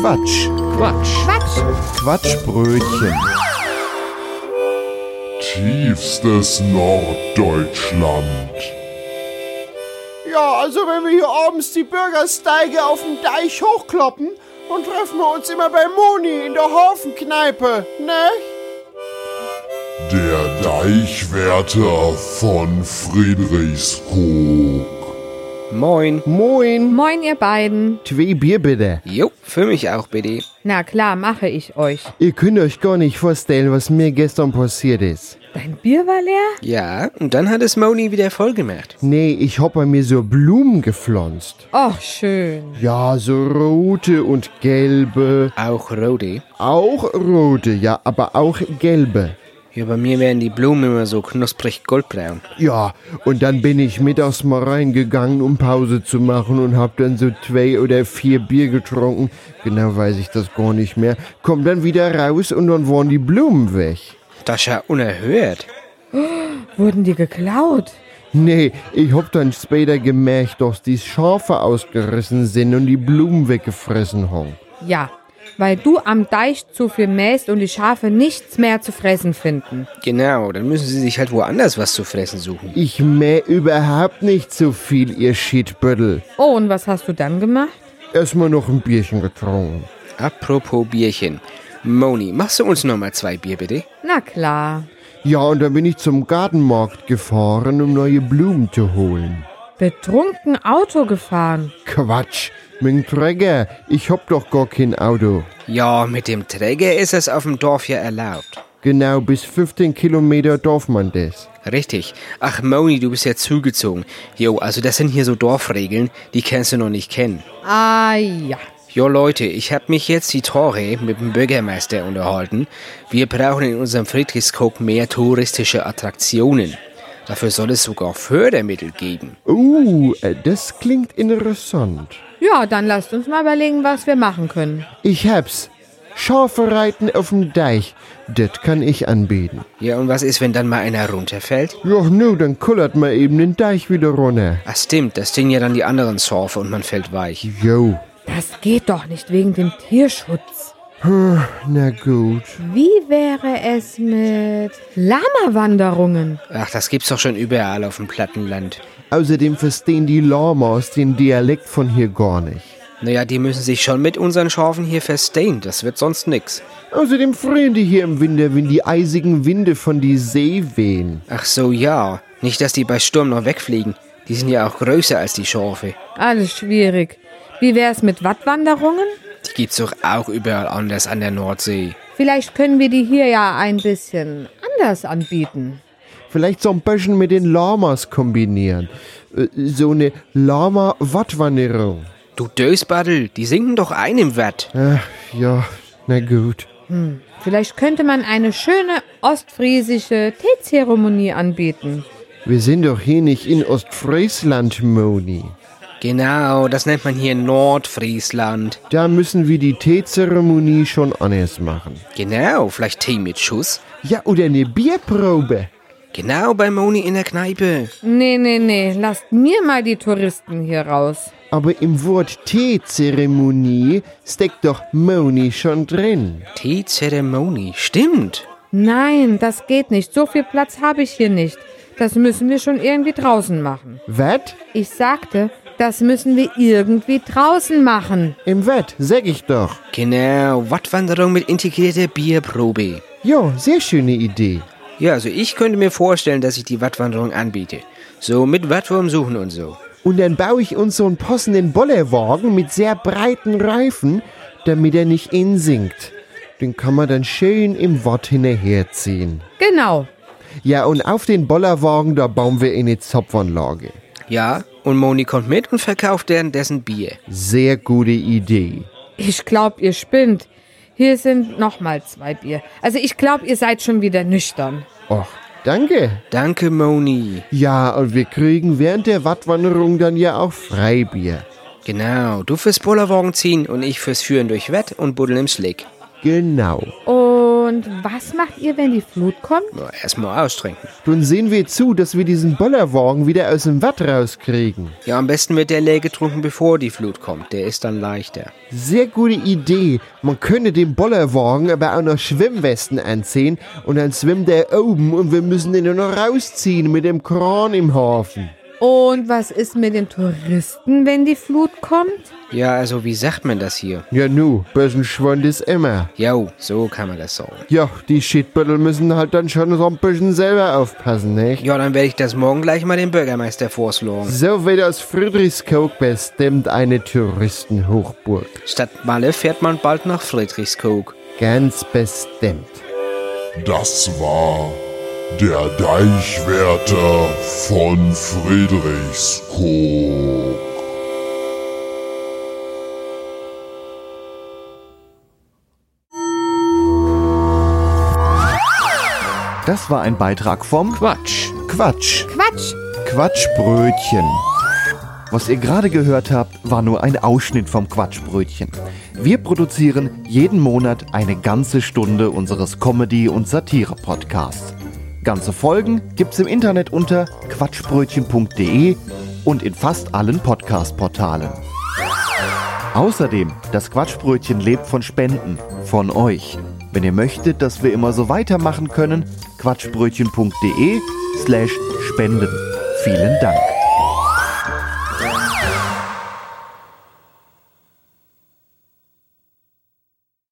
Quatsch. Quatsch. Quatsch. Quatschbrötchen. Tiefstes Norddeutschland. Ja, also wenn wir hier abends die Bürgersteige auf dem Deich hochkloppen, dann treffen wir uns immer bei Moni in der Hafenkneipe, ne? Der Deichwärter von Friedrichskoog. Moin. Moin. Moin, ihr beiden. Zwei Bier bitte. Jo, für mich auch bitte. Na klar, mache ich euch. Ihr könnt euch gar nicht vorstellen, was mir gestern passiert ist. Dein Bier war leer? Ja, und dann hat es Moni wieder voll gemacht. Nee, ich hab bei mir so Blumen gepflanzt. Och, schön. Ja, so rote und gelbe. Auch Rodi. Auch rote, ja, aber auch gelbe. Ja, bei mir werden die Blumen immer so knusprig goldbraun. Ja, und dann bin ich mittags mal reingegangen, um Pause zu machen und hab dann so zwei oder vier Bier getrunken. Genau weiß ich das gar nicht mehr. Komm dann wieder raus und dann waren die Blumen weg. Das ist ja unerhört. Wurden die geklaut? Nee, ich hab dann später gemerkt, dass die Schafe ausgerissen sind und die Blumen weggefressen haben. Ja, weil du am Deich zu viel mäst und die Schafe nichts mehr zu fressen finden. Genau, dann müssen sie sich halt woanders was zu fressen suchen. Ich mäh überhaupt nicht so viel, ihr Schiedbüttel. Oh, und was hast du dann gemacht? Erstmal noch ein Bierchen getrunken. Apropos Bierchen. Moni, machst du uns nochmal zwei Bier bitte? Na klar. Ja, und dann bin ich zum Gartenmarkt gefahren, um neue Blumen zu holen. Betrunken Auto gefahren. Quatsch, mit dem Träger. Ich hab doch gar kein Auto. Ja, mit dem Träger ist es auf dem Dorf ja erlaubt. Genau, bis 15 Kilometer darf man das. Richtig. Ach Moni, du bist ja zugezogen. Jo, also das sind hier so Dorfregeln, die kannst du noch nicht kennen. Ah ja. Jo Leute, ich hab mich jetzt die Tore mit dem Bürgermeister unterhalten. Wir brauchen in unserem Friedrichskoog mehr touristische Attraktionen. Dafür soll es sogar Fördermittel geben. Uh, äh, das klingt interessant. Ja, dann lasst uns mal überlegen, was wir machen können. Ich hab's. Schafe reiten auf dem Deich. Das kann ich anbieten. Ja, und was ist, wenn dann mal einer runterfällt? Ja, nö, dann kullert man eben den Deich wieder runter. Ach stimmt, das Ding ja dann die anderen Sorfe und man fällt weich. Jo, Das geht doch nicht wegen dem Tierschutz. na gut. Wie wäre es mit Lama-Wanderungen? Ach, das gibt's doch schon überall auf dem Plattenland. Außerdem verstehen die Lamas den Dialekt von hier gar nicht. Naja, die müssen sich schon mit unseren Schafen hier verstehen, das wird sonst nix. Außerdem frieren die hier im Winter, wenn die eisigen Winde von die See wehen. Ach so, ja. Nicht, dass die bei Sturm noch wegfliegen. Die sind ja auch größer als die Schafe. Alles schwierig. Wie wär's mit Wattwanderungen? Die gibt's doch auch überall anders an der Nordsee. Vielleicht können wir die hier ja ein bisschen anders anbieten. Vielleicht so ein bisschen mit den Lamas kombinieren. Äh, So eine Lama-Wattwanderung. Du Dösbaddel, die singen doch einem Watt. Ach, ja, na gut. Vielleicht könnte man eine schöne ostfriesische Teezeremonie anbieten. Wir sind doch hier nicht in Ostfriesland, Moni. Genau, das nennt man hier Nordfriesland. Da müssen wir die Teezeremonie schon anders machen. Genau, vielleicht Tee mit Schuss. Ja, oder eine Bierprobe. Genau bei Moni in der Kneipe. Nee, nee, nee, lasst mir mal die Touristen hier raus. Aber im Wort Teezeremonie steckt doch Moni schon drin. Teezeremonie, stimmt. Nein, das geht nicht. So viel Platz habe ich hier nicht. Das müssen wir schon irgendwie draußen machen. Wett? Ich sagte, das müssen wir irgendwie draußen machen. Im Wett, sag ich doch. Genau, Wattwanderung mit integrierter Bierprobe. Ja, sehr schöne Idee. Ja, also ich könnte mir vorstellen, dass ich die Wattwanderung anbiete. So mit Wattwurm suchen und so. Und dann baue ich uns so einen passenden Bollerwagen mit sehr breiten Reifen, damit er nicht insinkt. Den kann man dann schön im Watt hinterherziehen. Genau. Ja, und auf den Bollerwagen, da bauen wir eine Zopfanlage. Ja, und Moni kommt mit und verkauft währenddessen Bier. Sehr gute Idee. Ich glaube, ihr spinnt. Hier sind nochmal zwei Bier. Also ich glaube, ihr seid schon wieder nüchtern. Och, danke. Danke, Moni. Ja, und wir kriegen während der Wattwanderung dann ja auch Freibier. Genau, du fürs Bollerwagen ziehen und ich fürs Führen durch Wett und Buddeln im Slick. Genau. Und Und was macht ihr, wenn die Flut kommt? Na, Erstmal austrinken. Dann sehen wir zu, dass wir diesen Bollerwagen wieder aus dem Watt rauskriegen. Ja, am besten wird der leer getrunken, bevor die Flut kommt. Der ist dann leichter. Sehr gute Idee. Man könnte den Bollerwagen aber auch noch Schwimmwesten anziehen und dann schwimmt der oben und wir müssen den dann noch rausziehen mit dem Kran im Hafen. Und was ist mit den Touristen, wenn die Flut kommt? Ja, also wie sagt man das hier? Ja nu, Bösenschwund ist immer. Jo, so kann man das sagen. Ja, die Shitbüttel müssen halt dann schon so ein bisschen selber aufpassen, nicht? Ja, dann werde ich das morgen gleich mal dem Bürgermeister vorschlagen. So wird aus Friedrichskoog bestimmt eine Touristenhochburg. Statt Malle fährt man bald nach Friedrichskoog. Ganz bestimmt. Das war der Deichwärter von Friedrichskoog. Das war ein Beitrag vom Quatsch. Quatsch. Quatsch! Quatschbrötchen. Was ihr gerade gehört habt, war nur ein Ausschnitt vom Quatschbrötchen. Wir produzieren jeden Monat eine ganze Stunde unseres Comedy- und Satire-Podcasts. Ganze Folgen gibt's im Internet unter quatschbrötchen.de und in fast allen Podcast-Portalen. Außerdem, das Quatschbrötchen lebt von Spenden, von euch. Wenn ihr möchtet, dass wir immer so weitermachen können, quatschbrötchen.de slash spenden. Vielen Dank.